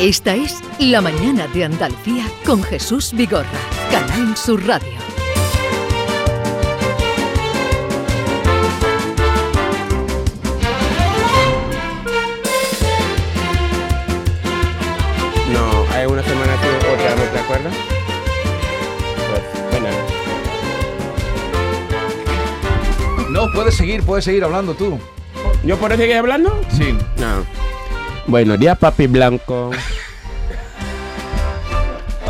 Esta es La Mañana de Andalucía con Jesús Vigorra, Canal Sur Radio. No, hay una semana que otra, ¿no te acuerdas? Pues, bueno. No, puedes seguir, puedes seguir hablando tú. Mm. ¿Yo puedo seguir hablando? Sí. No. Buenos días, papi blanco.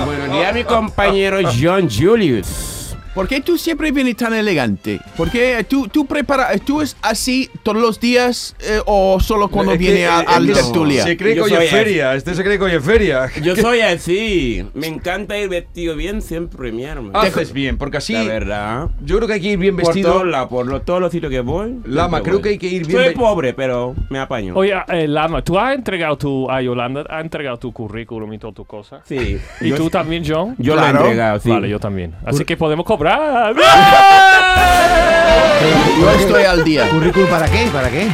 Buenos días, mi compañero John Julius. ¿Por qué tú siempre vienes tan elegante? ¿Por qué tú, tú preparas, tú es así todos los días eh, o solo cuando Es que, viene a- eh, al no. tertulia? Se cree que Yo hoy soy es así. feria. Este se cree que hoy es feria. Yo soy así. Me encanta ir vestido bien sin premiarme. Haces bien, porque así. Ah, pues, La verdad. Yo creo que hay que ir bien Por vestido. todos lados, por lo- todos los sitios que voy. Lama, siempre creo voy. que hay que ir bien Soy ve- pobre, pero me apaño. Oye, eh, Lama, tú has entregado tu. A Yolanda, has entregado tu currículum y todas tus cosas. Sí. ¿Y yo, tú también, John? Yo la he Claro. entregado, sí. ¡Ah! Vale, yo también. Así que podemos cobrar. Yo estoy al día. ¿Currículum para qué? ¿Para qué?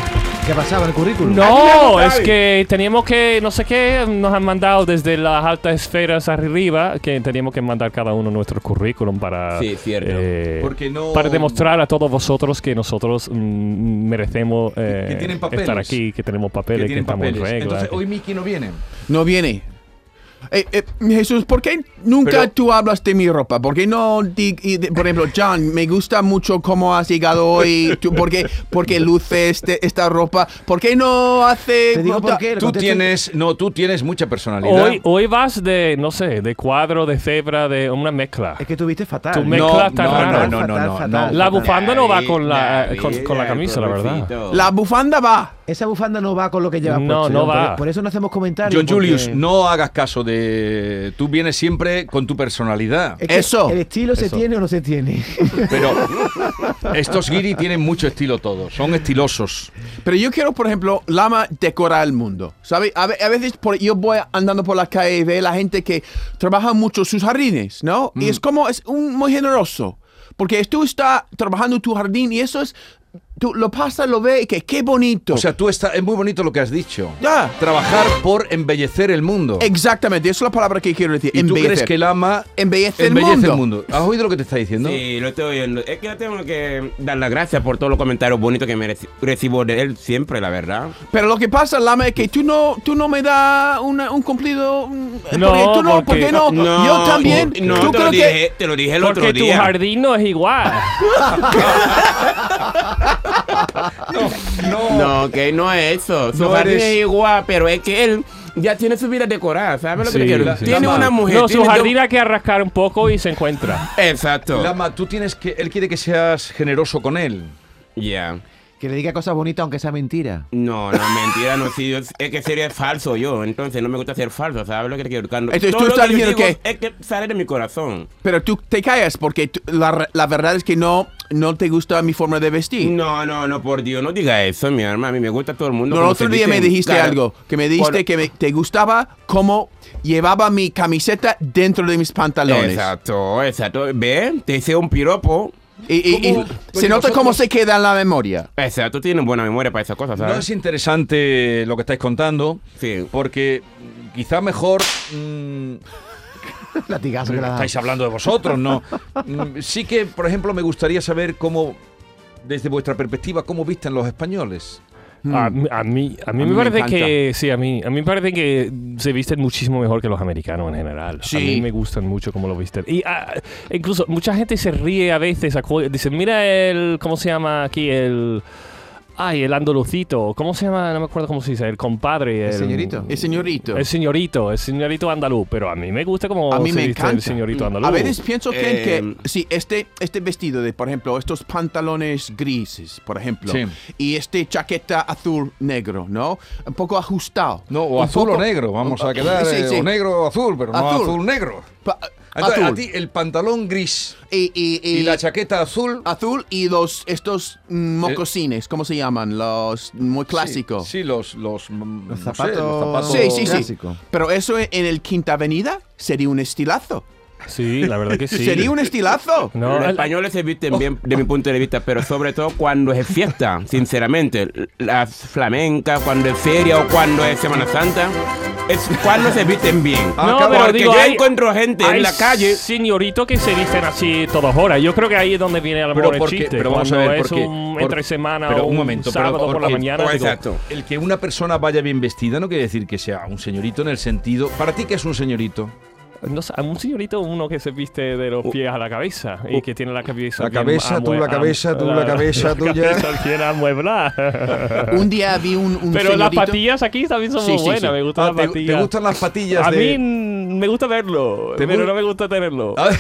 ¿Qué pasaba en el currículum? No, es que teníamos que, no sé qué, nos han mandado desde las altas esferas arriba, que teníamos que mandar cada uno nuestro currículum para, Sí, cierto. eh, Porque no- para demostrar a todos vosotros que nosotros mm, merecemos eh, que tienen papeles. estar aquí, que tenemos que papeles, que, tienen estamos papeles. en regla. Entonces, que- hoy Miki no viene. No viene. Eh, eh, Jesús, ¿por qué nunca Pero- tú hablas de mi ropa? ¿Por qué no, di- y de- por ejemplo, John, me gusta mucho cómo has llegado hoy, tú, ¿por, qué, por qué luce este- esta ropa? ¿Por qué no hace... Te digo por qué. le Tú contesto- tienes. No, tú tienes mucha personalidad. Hoy, hoy vas de, no sé, de cuadro, de cebra, de una mezcla. Es que tuviste fatal. Tu No, mezcla está Ah, no, rara. no, no, no, no, no. La bufanda no va con la, eh, David, con, con la David, camisa, la verdad. pobrecito. La bufanda va. Esa bufanda no va con lo que llevas No, puesto, no John, por- va. Por, eso no hacemos comentarios. John porque- Julius, no hagas caso de. Tú vienes siempre con tu personalidad. Es que Eso. El estilo se Eso. tiene o no se tiene. Pero estos guiri tienen mucho estilo todos. Son estilosos. Pero yo quiero, por ejemplo, Lama decorar el mundo. ¿Sabes? A, ve- a veces por- yo voy andando por la calle y veo la gente que trabaja mucho sus jardines, ¿no? Y es como, es un, muy generoso. Porque tú estás trabajando tu jardín y eso es, tú lo pasas, lo ves y que qué bonito. O sea, tú estás. Es muy bonito lo que has dicho. ya. Trabajar por embellecer el mundo. Exactamente, esa es la palabra que quiero decir. ¿Y tú crees que el ama Embellece el el mundo. mundo? ¿Has oído lo que te está diciendo? Sí, lo estoy oyendo. Es que yo tengo que dar las gracias por todos los comentarios bonitos que me reci- recibo de él siempre, la verdad. Pero lo que pasa, Lama, es que tú no, tú no me das una- un cumplido. un- No, porque tú no, porque- ¿por qué Oh, no? yo también. No, ¿Tú te, crees lo que- dije, te lo dije el Porque otro tu día. jardín no es igual. No, que no es eso. Su No jardín eres- es igual, pero es que él ya tiene su vida decorada. ¿Sabes lo que Sí, te quiero? sí. Tiene Lama. una mujer. No, su tiene jardín dos- hay que arrascar un poco y se encuentra. Exacto. Lama, tú tienes que. Él quiere que seas generoso con él. Ya. que le diga cosas bonitas aunque sea mentira. No, no, mentira, no, sí, yo- es que sería falso yo, entonces no me gusta ser falso, ¿sabes lo que te quiero? Cuando Entonces, todo ¿tú lo estás que yo diciendo digo que- Es que sale de mi corazón. Pero tú te callas porque tú- la, re- la verdad es que no, no te gusta mi forma de vestir. No, no, no, por Dios, no diga eso, mi hermano. A mí me gusta todo el mundo. No, el como otro se día me dicen, dijiste claro. algo, que me dijiste Por- que me- te gustaba cómo llevaba mi camiseta dentro de mis pantalones. Exacto, exacto. Ve, te hice un piropo. Y, y- y ¿Cómo? se Oye, nota cómo vosotros- se queda en la memoria. Exacto, tienes buena memoria para esas cosas, No ¿sabes? es interesante lo que estáis contando, Sí. porque quizá mejor mm, Latigazo que la da. estáis hablando de vosotros, ¿no? Mm, sí que, por ejemplo, me gustaría saber cómo, desde vuestra perspectiva, cómo visten los españoles. A, mí- a mí, a mí A me mí me parece encanta. que sí, a mí, a mí me parece que se visten muchísimo mejor que los americanos en general. A Sí. mí me gustan mucho cómo lo visten. Y ah, incluso mucha gente se ríe a veces, acu- dice, mira el, ¿cómo se llama aquí el? Ay, el andalucito, ¿cómo se llama? No me acuerdo cómo se dice, el compadre, el, El señorito. Eh, señorito. el señorito, el señorito andaluz. Pero a mí me gusta cómo A mí se me viste encanta. el señorito andaluz. A veces pienso que, Eh, que sí, este, este vestido de, por ejemplo, estos pantalones grises, por ejemplo, Sí. y este chaqueta azul negro, ¿no? Un poco ajustado. No, o Un azul poco- o negro, vamos a eh, quedar sí, eh, sí. o negro o azul, pero no Azul. azul negro. Pa- Entonces, azul. a ti el pantalón gris Y, y- y- y la chaqueta azul azul y los estos mm, mocosines, ¿cómo se llaman? Los muy clásicos. Sí, sí, los, los, mm, no Los sé, zapatos. Sí, sí, sí. Clásico. Pero eso e-, en, en el Quinta Avenida sería un estilazo. Sí, la verdad que sí. Sería un estilazo. No, los el- españoles se visten bien, de mi punto de vista, pero sobre todo cuando es fiesta, sinceramente. Las flamencas, cuando es feria o cuando es Semana Santa. es cuando se visten bien. Ah, no, cabrón, pero porque digo, yo hay- encuentro gente en hay la calle. señoritos que se visten así todas horas. Yo creo que ahí es donde viene a lo Pero, mejor el porque- chiste. pero vamos a cuando ver, es porque, un por- entre semana pero o un momento, pero sábado por la porque- mañana. oh, digo, exacto. El que una persona vaya bien vestida no quiere decir que sea un señorito en el sentido. ¿Para ti qué es un señorito? No sé, un señorito uno que se viste de los pies a la cabeza y que tiene la cabeza. Uh, La bien cabeza, tú, amue- la am- cabeza, tú, la cabeza tuya. cabeza bien amueblada. Un día vi un, un Pero las señorito- patillas aquí también son Sí, muy sí, buenas. sí. Me gustan Ah, las te, patillas. te gustan las patillas A de.? mí mm, me gusta verlo, ¿Te pero gu- no me gusta tenerlo. Ah,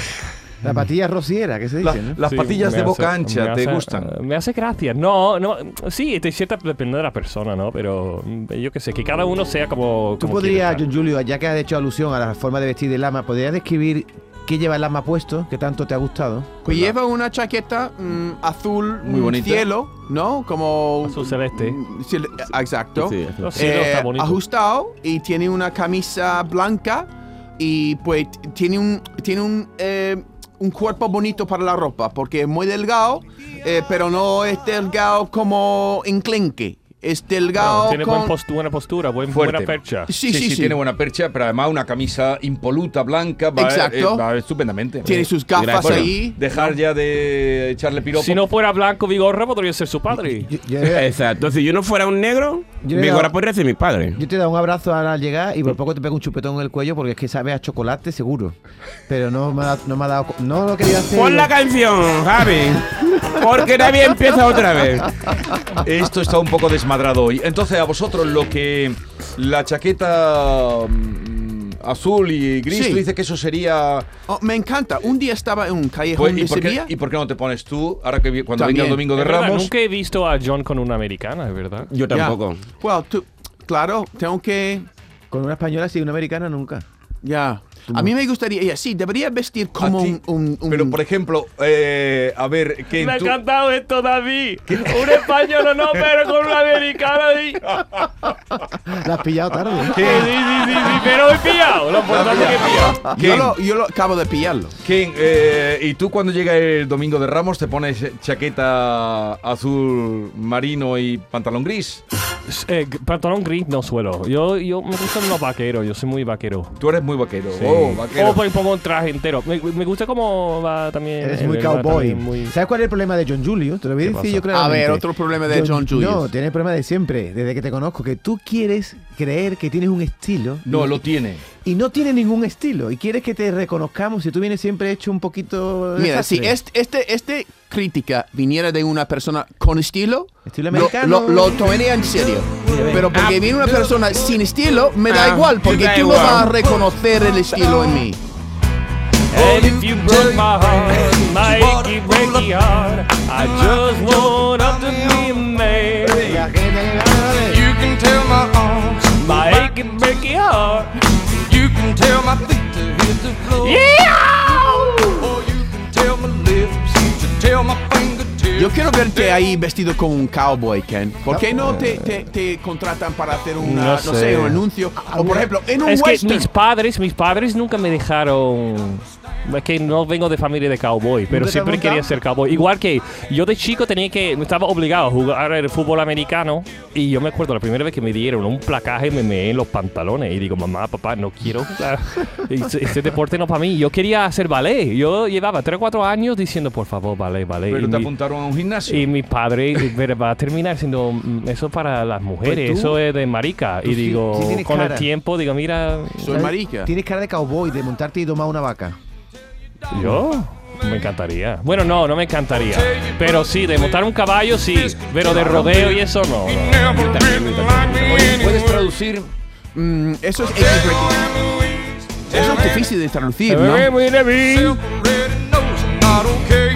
La patilla rociera, ¿qué se la- dice? no? las Sí, patillas me de hace- boca ancha, me ¿te hace- eh, gustan? Me hace gracia. No, no, sí, te cierta depende de la persona, ¿no? Pero mm, yo qué sé, que cada uno sea como. Tú como podrías, quiere John estar. Julio, ya que has hecho alusión a la forma de vestir de Lama, ¿podrías describir qué lleva el Lama puesto? ¿Qué tanto te ha gustado? Pues lleva una chaqueta mm, azul Muy mm, bonita. cielo, ¿no? Como Azul celeste. Mm, ciel- exacto. Sí, No, sí, no, Eh, está bonito. ajustado y tiene una camisa blanca y pues t- tiene un tiene un eh, un cuerpo bonito para la ropa porque es muy delgado, eh, pero no es delgado como enclenque. Es delgado Tiene buen con- post- buena postura, buen, Fuerte. buena percha. Sí, sí, sí. tiene buena percha, pero además una camisa impoluta, blanca, va, Exacto. eh, va estupendamente. eh, Tiene sus gafas Bueno, ahí. Dejar ya de echarle piropo. Si no fuera blanco Vigorra, podría ser su padre. Yo, yo- Exacto. Si yo no fuera un negro, Yo mi era- ahora podría ser mi padre. yo te he dado un abrazo ahora al llegar y por poco te pego un chupetón en el cuello porque es que sabe a chocolate seguro. Pero no me ha, no me ha dado... co- No lo quería hacer. Pon la canción, Javi. Porque nadie empieza otra vez. Esto está un poco desmadrado hoy. Entonces, a vosotros lo que la chaqueta mm, azul y gris, Sí. tú dices que eso sería... Oh, me encanta. Un día estaba en un Pues, callejón ¿y, de por qué, Sevilla. y por qué no te pones tú ahora que vi- cuando venga el También. Domingo de Es verdad, Ramos? nunca he visto a John con una americana, es verdad. Yo Ya. tampoco. Well, tú- claro, tengo que Con una española sí, una americana nunca. Ya. A mí me gustaría, ya, sí, debería vestir A como ti. un, un- un- Pero, por ejemplo, eh, a ver, que Me ha encantado esto, David. Un español no, pero con una americana. Sí, La has pillado tarde. sí, sí, sí, pero he pillado. Lo importante es que he pillado. yo, lo, yo lo acabo de pillarlo. Ken, eh, ¿y tú cuando llega el domingo de Ramos te pones chaqueta azul marino y pantalón gris? Eh, g- pantalón gris no suelo. Yo, yo me gustan los vaqueros, yo soy muy vaquero. Tú eres muy vaquero. Oh, vaquero. O pues pongo un traje entero. Me, me gusta cómo va también. Eres eh, muy va cowboy. también muy- ¿Sabes cuál es el problema de John Julio? Te lo voy a ¿Qué decir pasa? yo claramente. A ver, otro problema de John Julius. No, tienes el problema de siempre, desde que te conozco, que tú quieres creer que tienes un estilo no, lo tiene. y no tienes ningún estilo y quieres que te reconozcamos si tú vienes siempre hecho un poquito... Mira, si desastre. este, este, este crítica viniera de una persona con estilo, Estilo lo, americano. lo, lo tomaría en serio. Pero porque viene una persona sin estilo, Ah. me da Ah, igual, me porque da tú no igual. vas a reconocer el estilo en mí. And if you break my heart, my achy, breaky heart, I just want up to be a man. La gente que gana, dale. You can tell my arms, My achy, breaky heart. you can tell my feet to hit the floor. Yeah! Or you can tell my lips to tell my fingertips. Yo quiero verte ahí vestido como un cowboy, Ken. ¿Por qué no te, te, te contratan para hacer una, no No sé. sé. un anuncio? O por ejemplo, en un Es que western. mis padres, mis padres nunca me dejaron. Es que no vengo de familia de cowboy, pero te siempre has quería montado? ser cowboy. Igual que yo de chico tenía que, me estaba obligado a jugar el fútbol americano y yo me acuerdo la primera vez que me dieron un placaje me meé en los pantalones y digo mamá, papá, no quiero jugar. este, este deporte no es para mí. Yo quería hacer ballet. Yo llevaba 3 o 4 años diciendo por favor ballet, ballet. Pero Y te mi- apuntaron a un gimnasio. y mi padre pero va a terminar siendo mm, eso para las mujeres, Pues tú- eso es de marica. tú Y sí- digo, sí tienes con cara. el tiempo, digo, mira, Soy marica. Tienes cara de cowboy, de montarte y domar una vaca. yo me encantaría. Bueno, no, no me encantaría. Pero sí, de montar un caballo, sí. Pero de rodeo y eso no. no. never really liked me ¿Puedes anyway. traducir? Mm, eso es eso Louise, es difícil de traducir, ¿no? self-already knows I'm not okay.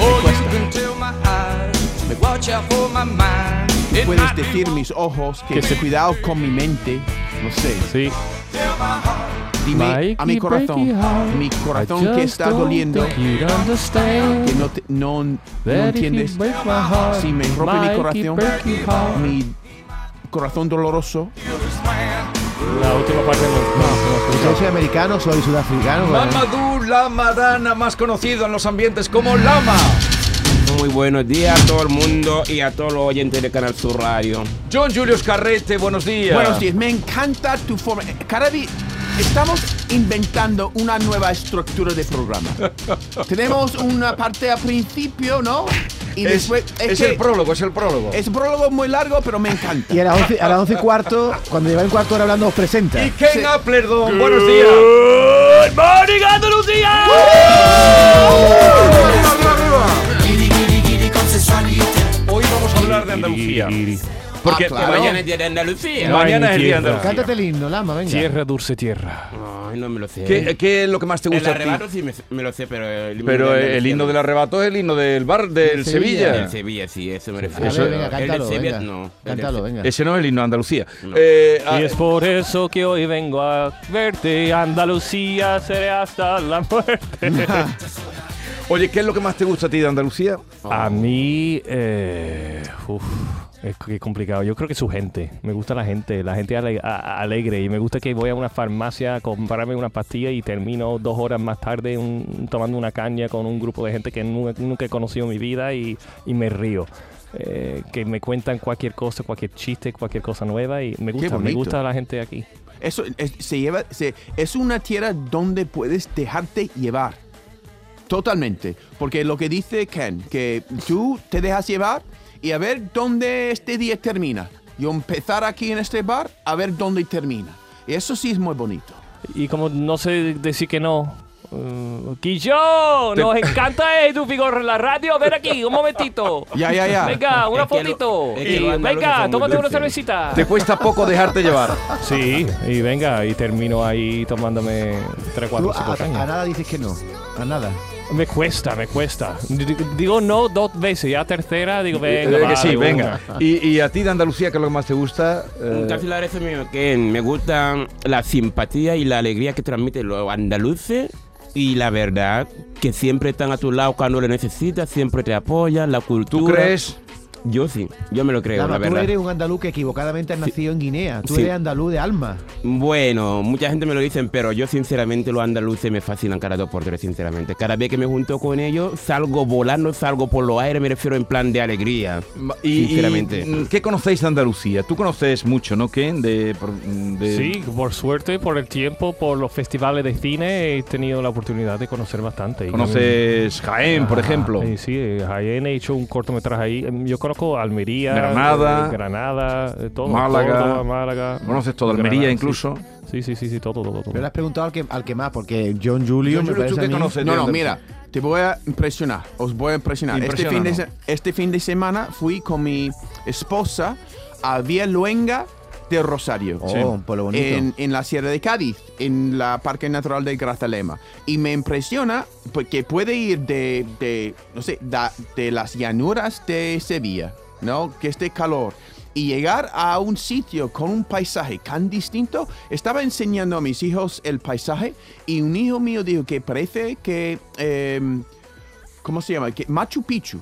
Or you can tell my eyes to watch out for my mind. It Puedes might be decir one mis ojos que, Que se- cuidado con mi mente. No sé. Sí. Dime a mi Mikey, breaky heart, corazón. Mi corazón que I está just don't doliendo. think you'd understand Que no, te- no, no that if you entiendes. break my heart, Si me rompe mi Mikey, corazón, breaky heart. Mi corazón doloroso. La última parte no. Yo soy americano, soy sudafricano. bueno. Mamadou Lamadana, más conocido en los ambientes como Lama. Muy buenos días a todo el mundo y a todos los oyentes de Canal Sur Radio. John Julius Carrete, buenos días. Buenos días, me encanta tu forma. Cada día estamos inventando una nueva estructura de programa. Tenemos una parte al principio, ¿no? Y Es, después. es que el prólogo, es el prólogo. Es un prólogo muy largo, pero me encanta. Y a las 11, a las 11 y cuarto, cuando lleváis un cuarto hora hablando, os presenta. Y Ken Applerdon, buenos días. Hoy vamos a hablar de Andalucía. Porque Ah, claro. mañana es día de Andalucía. Ma- Mañana es el día de Entiendo. Andalucía. Cántate el himno, Lama, venga. Tierra, dulce tierra. Ay, no me lo sé. ¿Qué, qué es lo que más te el gusta a ti? arrebato sí me, me lo sé, pero el himno Pero de el Andalucía himno no. del arrebato es el himno del bar del Sevilla. Sevilla. El Sevilla, sí, eso me refiero. A ver, venga, El del cántalo, Sevilla, venga. no. El del Cántalo, Se- venga. Ese no es el himno de Andalucía. No. Eh, ah, Y es por eso que hoy vengo a verte, Andalucía seré hasta la muerte. oye, ¿qué es lo que más te gusta a ti de Andalucía? A mí, eh, uf, es que complicado. Yo creo que su gente, me gusta la gente, la gente ale- a- alegre y me gusta que voy a una farmacia a comprarme una pastilla y termino dos horas más tarde un- tomando una caña con un grupo de gente que nu- nunca, he conocido en mi vida y, y me río. Eh, que me cuentan cualquier cosa, cualquier chiste, cualquier cosa nueva y me gusta, me bonito. gusta la gente aquí. Eso es, se lleva, se- es una tierra donde puedes dejarte llevar. Totalmente. Porque lo que dice Ken, que tú te dejas llevar y a ver dónde este día termina. Yo empezar aquí en este bar a ver dónde termina. Y eso sí es muy bonito. Y como no sé decir que no. eh, Quillón, nos encanta eh, tu vigor en la radio. Ven aquí, un momentito. Ya, ya, ya. Venga, una Es que lo- fotito. es que los Y andaluces son venga, muy tómate una dulces. cervecita. ¿Te cuesta poco dejarte llevar? Sí, y venga, y termino ahí tomándome 3, Tú ah, 4, a, 5 a cañas. nada dices que no. A nada. Me cuesta, me cuesta. D- d- Digo no dos veces, ya tercera, digo venga. Eh, que vale, sí, una. venga. Y, y a ti de Andalucía, ¿qué es lo que más te gusta? Eh, Un capilar es mío, que me gustan la simpatía y la alegría que transmiten los andaluces y la verdad que siempre están a tu lado cuando lo necesitas, siempre te apoyan, la cultura. ¿Tú crees? Yo sí, yo me lo creo, Lama, la tú verdad. eres un andaluz que equivocadamente has nacido en Guinea. Tú Sí. eres andaluz de alma. Bueno, mucha gente me lo dicen, pero yo sinceramente los andaluces me fascinan cada dos por tres, sinceramente. Cada vez que me junto con ellos, salgo volando, salgo por los aires, me refiero en plan de alegría. Ma- Y, Sinceramente. y, mm, ¿Qué conocéis de Andalucía? Tú conoces mucho, ¿no, Ken? De, por- mm, de- Sí, por suerte, por el tiempo, por los festivales de cine, he tenido la oportunidad de conocer bastante. Y ¿Conoces Jaén, por Ah, ejemplo? eh, sí, eh, Jaén he hecho un cortometraje ahí. Em, Yo conozco Almería, Granada. eh, Granada, eh, todo. Málaga. Córdoba, Málaga. ¿Conoces toda Almería Granada, sí. incluso? Sí, sí, sí, sí, todo, todo. todo. Pero le has preguntado al que, al que más, porque John Julio John Julio, me ¿tú parece a qué mí- conoces? No, no, Andalucía. mira, te voy a impresionar, os voy a impresionar. Este fin, de, se- Impresiónanos. este fin de semana fui con mi esposa a Luenga de Rosario. Oh, Sí. un pueblo bonito. En, en la Sierra de Cádiz, en la Parque Natural de Grazalema. Y me impresiona porque puede ir de, de, no sé, da- de las llanuras de Sevilla, ¿no? Que esté calor. Y llegar a un sitio con un paisaje tan distinto, estaba enseñando a mis hijos el paisaje y un hijo mío dijo que parece que... em, ¿cómo se llama? Que Machu Picchu.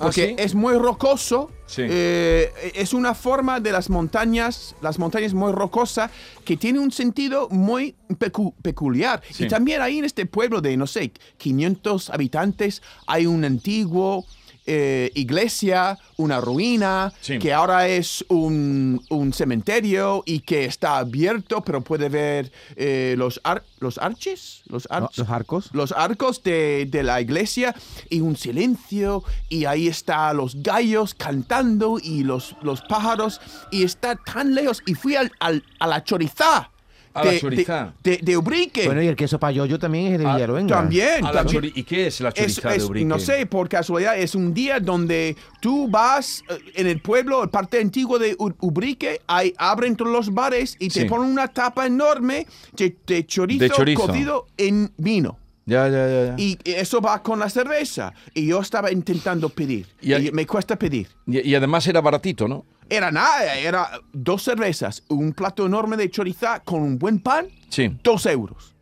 Ah, Porque sí? es muy rocoso. Sí. eh, es una forma de las montañas, las montañas muy rocosas, que tiene un sentido muy pecu- peculiar. Sí. Y también ahí en este pueblo de, no sé, 500 habitantes, hay un antiguo eh, iglesia, una ruina, Sí. que ahora es un, un cementerio y que está abierto, pero puede ver eh, los, ar- los arches, los No, arches los arcos. los arcos de, de la iglesia y un silencio y ahí está los gallos cantando y los, los pájaros y está tan lejos y fui al, al- a la chorizá A de, la Chorizá. de, de- de Ubrique Bueno, y el queso payo yo también es de Ah, Villaruenga. también, A la también. chori- ¿Y qué es la Es- choriza es- de Ubrique? no sé, por casualidad, es un día donde tú vas eh, en el pueblo, el parte antiguo de U- Ubrique, ahí abren todos los bares y te Sí. ponen una tapa enorme de, de chorizo, chorizo. cocido en vino. Ya, ya, ya. ya. Y, Y eso va con la cerveza. Y yo estaba intentando pedir. Y Y, ahí- me cuesta pedir. y además era baratito, ¿no? Era nada, era dos cervezas, un plato enorme de choriza con un buen pan, Sí. dos euros.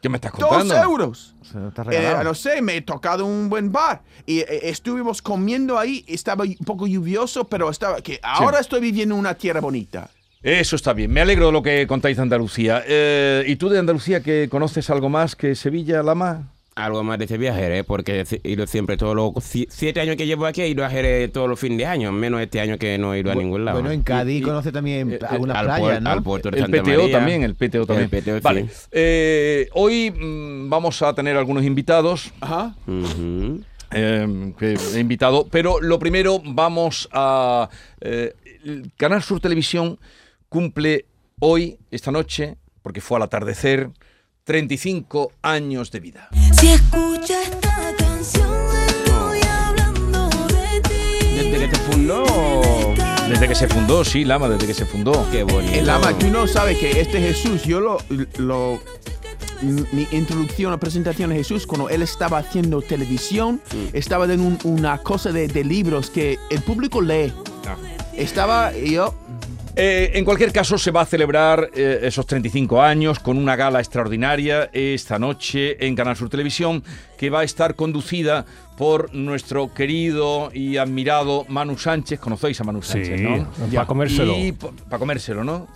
¿Qué me estás ¡Dos contando? euros! Se lo estás Eh, regalando. no sé, me he tocado un buen bar. Y eh, estuvimos comiendo ahí, estaba un poco lluvioso, pero estaba que ahora estoy viviendo en una tierra bonita. Eso está bien. Me alegro de lo que contáis de Andalucía. Eh, ¿Y tú de Andalucía que conoces algo más que Sevilla, Lama? algo más de ese viaje, ¿eh? porque he ido siempre todos los si- siete años que llevo aquí he ido a Jerez todos los fines de año, menos este año que no he ido a ningún lado. Bueno, en Cádiz conoce también y- algunas al, playas, puer- ¿no? al puerto de El Santa PTO María. también, el PTO también. PTO, sí. vale. Eh, hoy mm, vamos a tener algunos invitados Ajá. Ujú. eh, que he invitado, pero lo primero vamos a eh, el Canal Sur Televisión cumple hoy esta noche, porque fue al atardecer 35 años de vida. Si escucho esta canción, estoy hablando de ti. Desde que te fundó. Desde que se fundó, sí, Lama, desde que se fundó. Qué bonito. El ama, tú no sabes que este Jesús, yo lo, lo- mi introducción a presentación de Jesús, cuando él estaba haciendo televisión, estaba en un- una cosa de, de libros que el público lee. Estaba y yo, Eh, en cualquier caso, se va a celebrar eh, esos 35 años con una gala extraordinaria esta noche en Canal Sur Televisión, que va a estar conducida por nuestro querido y admirado Manu Sánchez. Conocéis a Manu Sánchez, ¿no? para pues, comérselo. Y para comérselo, ¿no?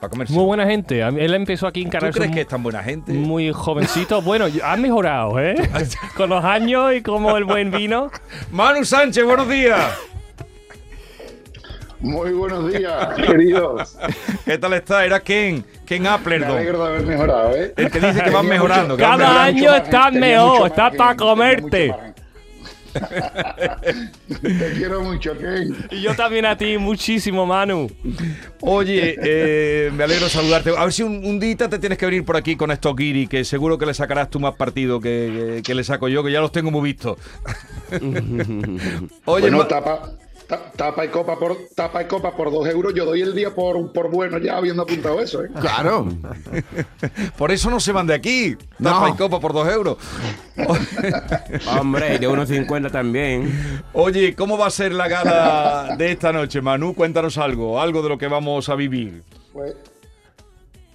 Para comérselo. Muy buena gente. A mí- Él empezó aquí en ¿Tú Canal Sur crees que es tan buena gente? muy jovencito. Bueno, yo- ha mejorado, ¿eh? Con los años y como el buen vino. Manu Sánchez, buenos días. Muy buenos días, queridos. ¿Qué tal está? Era Ken, Ken Me Appleton. alegro de haber mejorado, ¿eh? El que dice que van Tenía mejorando. que van Cada mejorando. año mucho margen, estás tenía mejor, mucho estás margen, pa' tenía mucho comerte. margen. Te quiero mucho, Ken. Y yo también a ti muchísimo, Manu. Oye, eh, me alegro de saludarte. A ver si un, un día te tienes que venir por aquí con estos guiri, que seguro que le sacarás tú más partido que, que- que le saco yo, que ya los tengo muy vistos. Oye, bueno, Ma- tapa, ta- tapa, y copa por, tapa y copa por dos euros. Yo doy el día por, por bueno ya habiendo apuntado eso, ¿eh? claro. por eso no se van de aquí. Tapa y copa por dos euros. Hombre, y de 1,50 también. Oye, ¿cómo va a ser la gala de esta noche, Manu? Cuéntanos algo, algo de lo que vamos a vivir. Pues,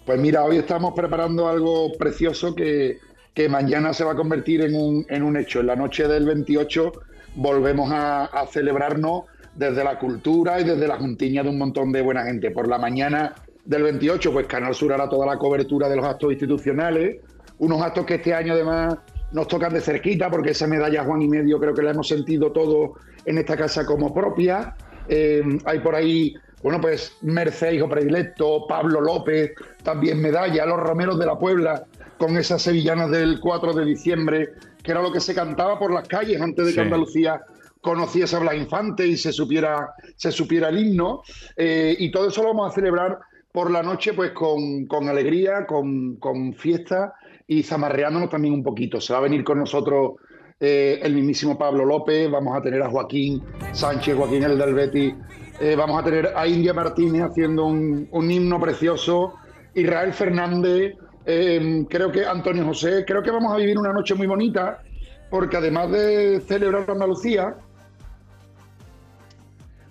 pues mira, hoy estamos preparando algo precioso que, que mañana se va a convertir en un, en un hecho. En la noche del 28 volvemos a, a celebrarnos desde la cultura y desde la juntiña de un montón de buena gente. Por la mañana del 28, pues Canal Sur hará toda la cobertura de los actos institucionales, unos actos que este año además nos tocan de cerquita porque esa medalla Juan y medio creo que la hemos sentido todos en esta casa como propia. Eh, hay por ahí, bueno, pues Merce, hijo predilecto, Pablo López, también medalla, los Romeros de la Puebla, con esas sevillanas del 4 de diciembre, que era lo que se cantaba por las calles antes de que Sí. Andalucía conociese a Blas Infante y se supiera, se supiera el himno. Eh, y todo eso lo vamos a celebrar por la noche, pues con, con alegría, con, con fiesta y zamarreándonos también un poquito. Se va a venir con nosotros eh, el mismísimo Pablo López, vamos a tener a Joaquín Sánchez, Joaquín el del Betis, eh, vamos a tener a India Martínez haciendo un, un himno precioso, Israel Fernández, eh, creo que Antonio José, creo que vamos a vivir una noche muy bonita, porque además de celebrar Andalucía,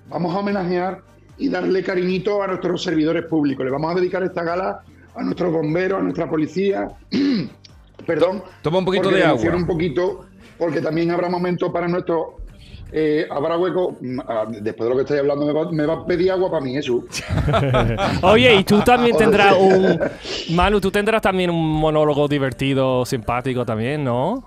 vamos a homenajear y darle cariñito a nuestros servidores públicos. Le vamos a dedicar esta gala a nuestros bomberos, a nuestra policía. Perdón. Toma un poquito porque de me agua. emociono un poquito, porque también habrá momento para nuestro. eh, habrá hueco. Mm, ah, Después de lo que estoy hablando, me va, me va a pedir agua para mí, Jesús. Oye, y tú también tendrás un. Manu, tú tendrás también un monólogo divertido, simpático también, ¿no?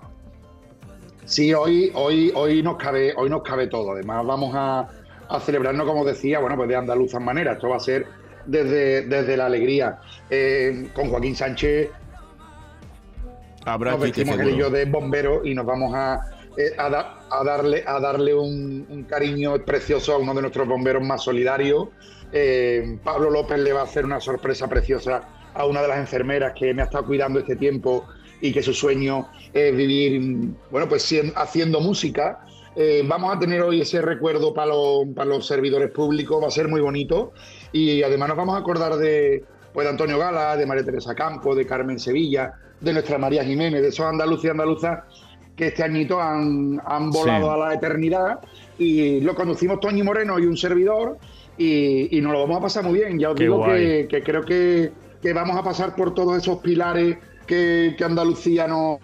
Sí, hoy, hoy, hoy nos cabe, hoy nos cabe todo. Además, vamos a, a celebrarnos, como decía, bueno, pues de andaluzas manera. Esto va a ser desde, desde la alegría. Eh, con Joaquín Sánchez Habrá nos chiste vestimos él y yo seguro. de bomberos y nos vamos a, eh, a, da- a darle, a darle un, un cariño precioso a uno de nuestros bomberos más solidarios. Eh, Pablo López le va a hacer una sorpresa preciosa a una de las enfermeras que me ha estado cuidando este tiempo y que su sueño es vivir, mm, bueno, pues sien- haciendo música. Eh, vamos a tener hoy ese recuerdo para los, para los servidores públicos, va a ser muy bonito y además nos vamos a acordar de, pues, de Antonio Gala, de María Teresa Campo, de Carmen Sevilla, de nuestra María Jiménez, de esos andaluces y andaluzas que este añito han, han volado a la eternidad y lo conducimos Toñi Moreno y un servidor y, y nos lo vamos a pasar muy bien. Ya os Qué digo guay. que, que creo que, que vamos a pasar por todos esos pilares que, que Andalucía nos,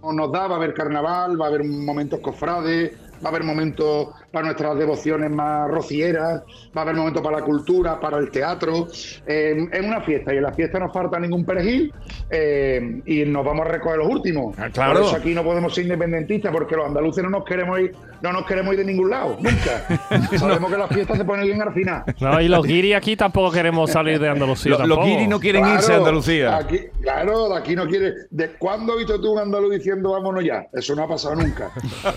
o nos da, va a haber carnaval, va a haber momentos cofrades, va a haber momentos para nuestras devociones más rocieras, va a haber momentos para la cultura, para el teatro. Eh, es una fiesta y en la fiesta no falta ningún perejil eh, y nos vamos a recoger los últimos. Ah, claro. Por eso aquí no podemos ser independentistas porque los andaluces no nos queremos ir, no nos queremos ir de ningún lado, nunca. Sabemos que las fiestas se ponen bien al final. No, y los guiri aquí tampoco queremos salir de Andalucía. Lo- los tampoco. guiris no quieren irse a Claro, Andalucía. aquí- claro, de aquí no quiere. ¿De cuándo has visto tú un andaluz diciendo vámonos ya? Eso no ha pasado nunca.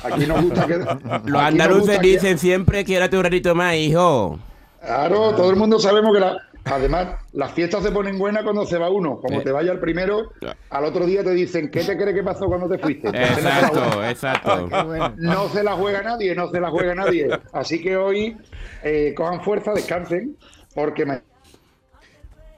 Aquí nos gusta que. Los andaluces dicen siempre quédate un ratito más, hijo. Claro, todo el mundo sabemos que la- Además, las fiestas se ponen buenas cuando se va uno. Como te vaya el primero, al otro día te dicen, ¿qué te crees que pasó cuando te fuiste? Exacto, exacto. No se la juega nadie, no se la juega nadie. Así que hoy eh, cojan fuerza, descansen, porque ma-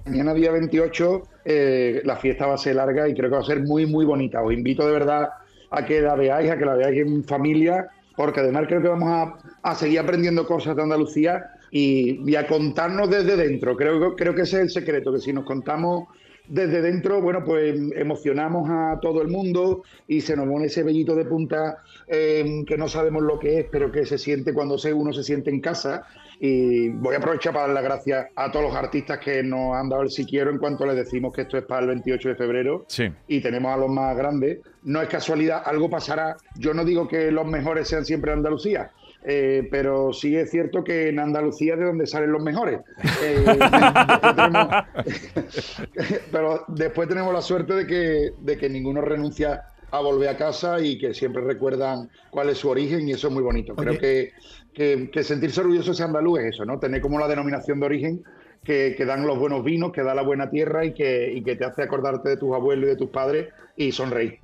mañana día 28 eh, la fiesta va a ser larga y creo que va a ser muy, muy bonita. Os invito de verdad a que la veáis, a que la veáis en familia, porque además creo que vamos a, a seguir aprendiendo cosas de Andalucía y, y a contarnos desde dentro. Creo, que- creo que ese es el secreto, que si nos contamos desde dentro, bueno, pues emocionamos a todo el mundo y se nos pone ese vellito de punta eh, que no sabemos lo que es, pero que se siente cuando se, uno se siente en casa. Y voy a aprovechar para dar las gracias a todos los artistas que nos han dado el si quiero en cuanto les decimos que esto es para el 28 de febrero Sí. y tenemos a los más grandes. No es casualidad, algo pasará. Yo no digo que los mejores sean siempre de Andalucía, eh, pero sí es cierto que en Andalucía es de donde salen los mejores. Eh, después tenemos- pero después tenemos la suerte de que, de que ninguno renuncia a volver a casa y que siempre recuerdan cuál es su origen y eso es muy bonito. Creo que, que, que sentirse orgulloso de ser andaluz es eso, ¿no? Tener como la denominación de origen que, que dan los buenos vinos, que da la buena tierra y que, y que te hace acordarte de tus abuelos y de tus padres y sonreír.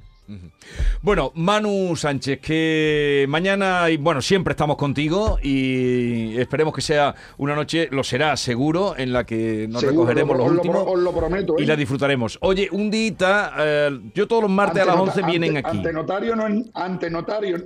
Bueno, Manu Sánchez, que mañana, y bueno, siempre estamos contigo y esperemos que sea una noche, lo será seguro, en la que nos Seguro, recogeremos os los lo- os lo- últimos os lo prometo, ¿eh? y la disfrutaremos. Oye, un día, yo todos los martes a las 11 vienen aquí. Ante notario no es ante notario.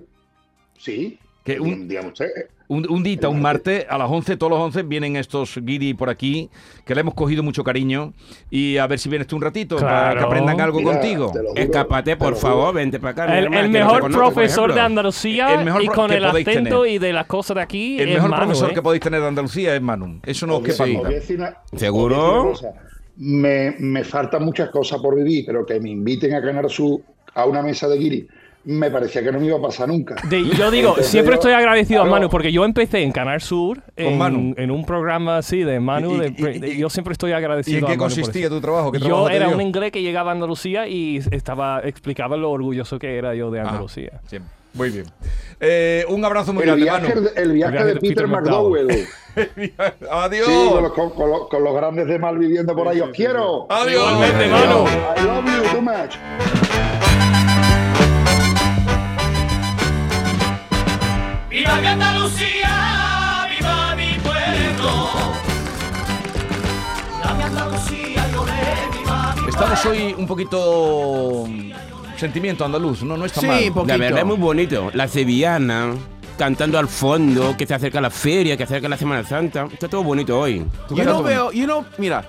Sí. Que un- digamos, usted, eh, Un, un dita, un martes, a las 11, todos los 11 vienen estos guiri por aquí, que le hemos cogido mucho cariño. Y a ver si vienes tú un ratito para Claro. que aprendan algo mira, contigo. te lo juro, Escápate, te por lo juro. favor, vente para acá. mi El, hermana, el que no te mejor conozco, por profesor ejemplo. de Andalucía El mejor y pro- con que el podéis acento tener. y de las cosas de aquí El es mejor Manu, profesor ¿eh? que podéis tener de Andalucía es Manu. Eso no os Os voy a- quepa os duda. voy a decir una- ¿Seguro? os voy a decir una cosa. Me, me faltan muchas cosas por vivir, pero que me inviten a ganar su a una mesa de guiri, me parecía que no me iba a pasar nunca. De- yo digo, Entonces siempre yo- estoy agradecido Claro. a Manu porque yo empecé en Canal Sur en, Manu. en un programa así de Manu. Y- de- y- y- de- yo siempre estoy ¿Y agradecido. en a qué Manu por eso. consistía tu trabajo? ¿Qué Yo trabajo te era dio? un inglés que llegaba a Andalucía y estaba explicaba lo orgulloso que era yo de Ah, Andalucía. sí. Muy bien. Eh, un abrazo muy El grande, viaje, Manu. el viaje de Peter McDowell. Adiós. Sí, con los, con- con los- con los grandes de mal viviendo por ahí. ¡Os quiero! Adiós. Igualmente, Manu. I love you too much. Viva mi Andalucía, viva mi pueblo. Viva mi Andalucía, yo le viva mi Estamos hoy un poquito. mm, Sentimiento andaluz, ¿no? No está Sí, mal. un poquito. La verdad es muy bonito. La sevillana, cantando al fondo, que se acerca la feria, que acerca la Semana Santa. Está todo bonito hoy. Yo no veo, yo no, mira,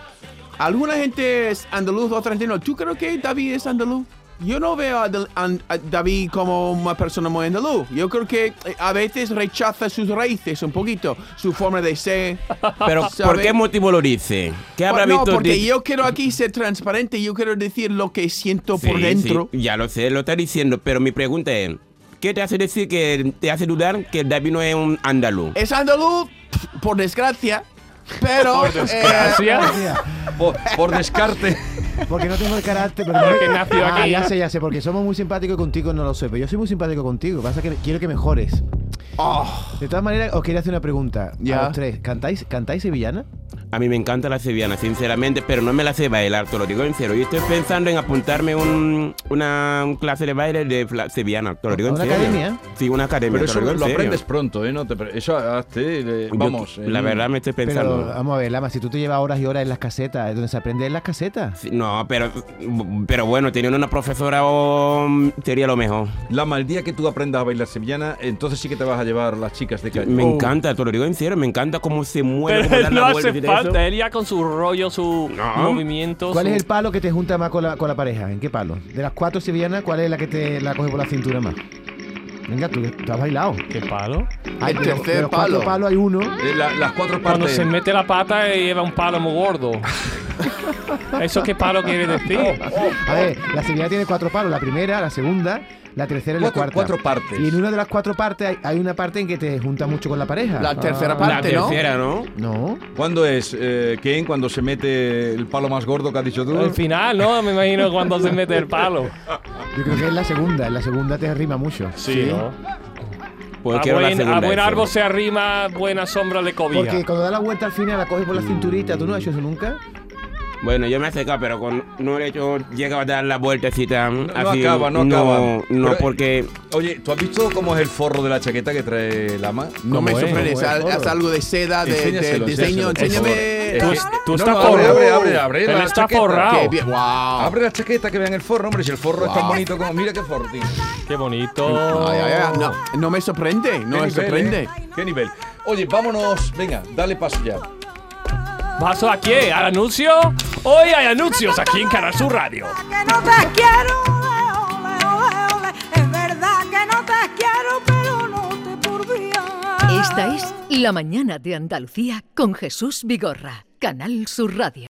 alguna gente es andaluz, otra gente no. ¿Tú crees que David es andaluz? Yo no veo a, Dal- an- a David como una persona muy andaluz. Yo creo que eh, a veces rechaza sus raíces un poquito, su forma de ser. Pero ¿por ¿Sabe? Pues qué motivo lo dice? ¿Qué habrá no, visto porque de- yo quiero aquí ser transparente, yo quiero decir lo que siento Sí, por dentro. sí, ya lo sé, lo está diciendo, pero mi pregunta es, ¿qué te hace decir que te hace dudar que David no es un andaluz? Es andaluz, pf, por desgracia, pero... eh, Ah. Gracias. Por, por descarte. Porque no tengo el carácter, pero Porque nació Ah, aquí. ya sé, ya sé, porque somos muy simpáticos y contigo no lo sé, pero yo soy muy simpático contigo, pasa que quiero que mejores. De todas maneras, os quería hacer una pregunta. Oh. Ya. A los tres, ¿cantáis, ¿cantáis sevillana? A mí me encanta la sevillana, sinceramente, pero no me la sé bailar, te lo digo en serio. Yo estoy pensando en apuntarme un, una un clase de baile de fla- sevillana, te lo digo en ¿Una serio. academia? Sí, una academia. Pero te eso lo, digo lo en serio. aprendes pronto, ¿eh? No te pre- eso hazte. eh, Yo- vamos. la eh, verdad me estoy pensando. Pero vamos a ver, Lama, si tú te llevas horas y horas en las casetas, es donde se aprende en las casetas. Sí, No, pero, pero bueno, teniendo una profesora oh, sería lo mejor. Lama, el día que tú aprendas a bailar sevillana, entonces sí que te vas a llevar las chicas de calle. Oh, Me encanta, te lo digo en serio, me encanta cómo se mueve. Pero cómo él dan Oh. no la vuelta hace y todo eso. falta. Él ya con su rollo, su No. movimiento. ¿Cuál su- es el palo que te junta más con la, con la pareja? ¿En qué palo? De las cuatro sevillanas, ¿cuál es la que te la coge por la cintura más? Venga, tú, tú has bailado. ¿Qué palo? Hay De los- de tercer los cuatro palo. palos hay uno. Eh, la- las cuatro Cuando partes. se mete la pata eh, lleva un palo muy gordo. ¿Eso qué palo quiere decir? A ver, la sevillana tiene cuatro palos. La primera, la segunda, la tercera y Cuatro- la cuarta. cuatro partes. Y en una de las cuatro partes hay, hay una parte en que te juntas mucho con la pareja. La tercera Ah, La parte, ¿no? tercera, ¿no? no. ¿Cuándo es, eh, Ken, cuando se mete el palo más gordo que has dicho tú? Eh, El final, ¿no? Me imagino cuando se mete el palo. Yo creo que es la segunda. En la segunda te arrima mucho. Sí, ¿no? Pues a, quiero la buen, a segunda. buen esa. árbol se arrima buena sombra de cobija. Porque cuando da la vuelta al final la coges por la cinturita. ¿Tú no has hecho eso nunca? Bueno, yo me he acercado, pero con, no he hecho, llega a dar la vueltecita. No, acaba, no acaba. No, Pero- porque Oye, ¿tú has visto cómo es el forro de la chaqueta que trae Lama? No me ¿Cómo es? sorprende, ¿Cómo es, es? al- es algo de seda, de, de Enséñaselo, diseño. enséñaselo, por Enséñame. favor. la- Es que- Tú No, estás no, abre, forrado. abre, abre, abre Él la está chaqueta. forrado. Qué bien, wow. Abre la chaqueta que vean el forro, hombre. Si el forro es tan Wow. bonito como. Mira qué forro, tío. Qué bonito. Ay, ay, ay, No, no me sorprende, no me Qué nivel, sorprende. ¿eh? Qué nivel. Oye, vámonos. Venga, dale paso ya. ¿Paso a qué? ¿Al anuncio? Hoy hay anuncios aquí en Canal Sur Radio. Que no te quiero, ole, ole, ole, ole. Es verdad que no te quiero, pero no te purvía. Esta es La Mañana de Andalucía con Jesús Vigorra, Canal Sur Radio.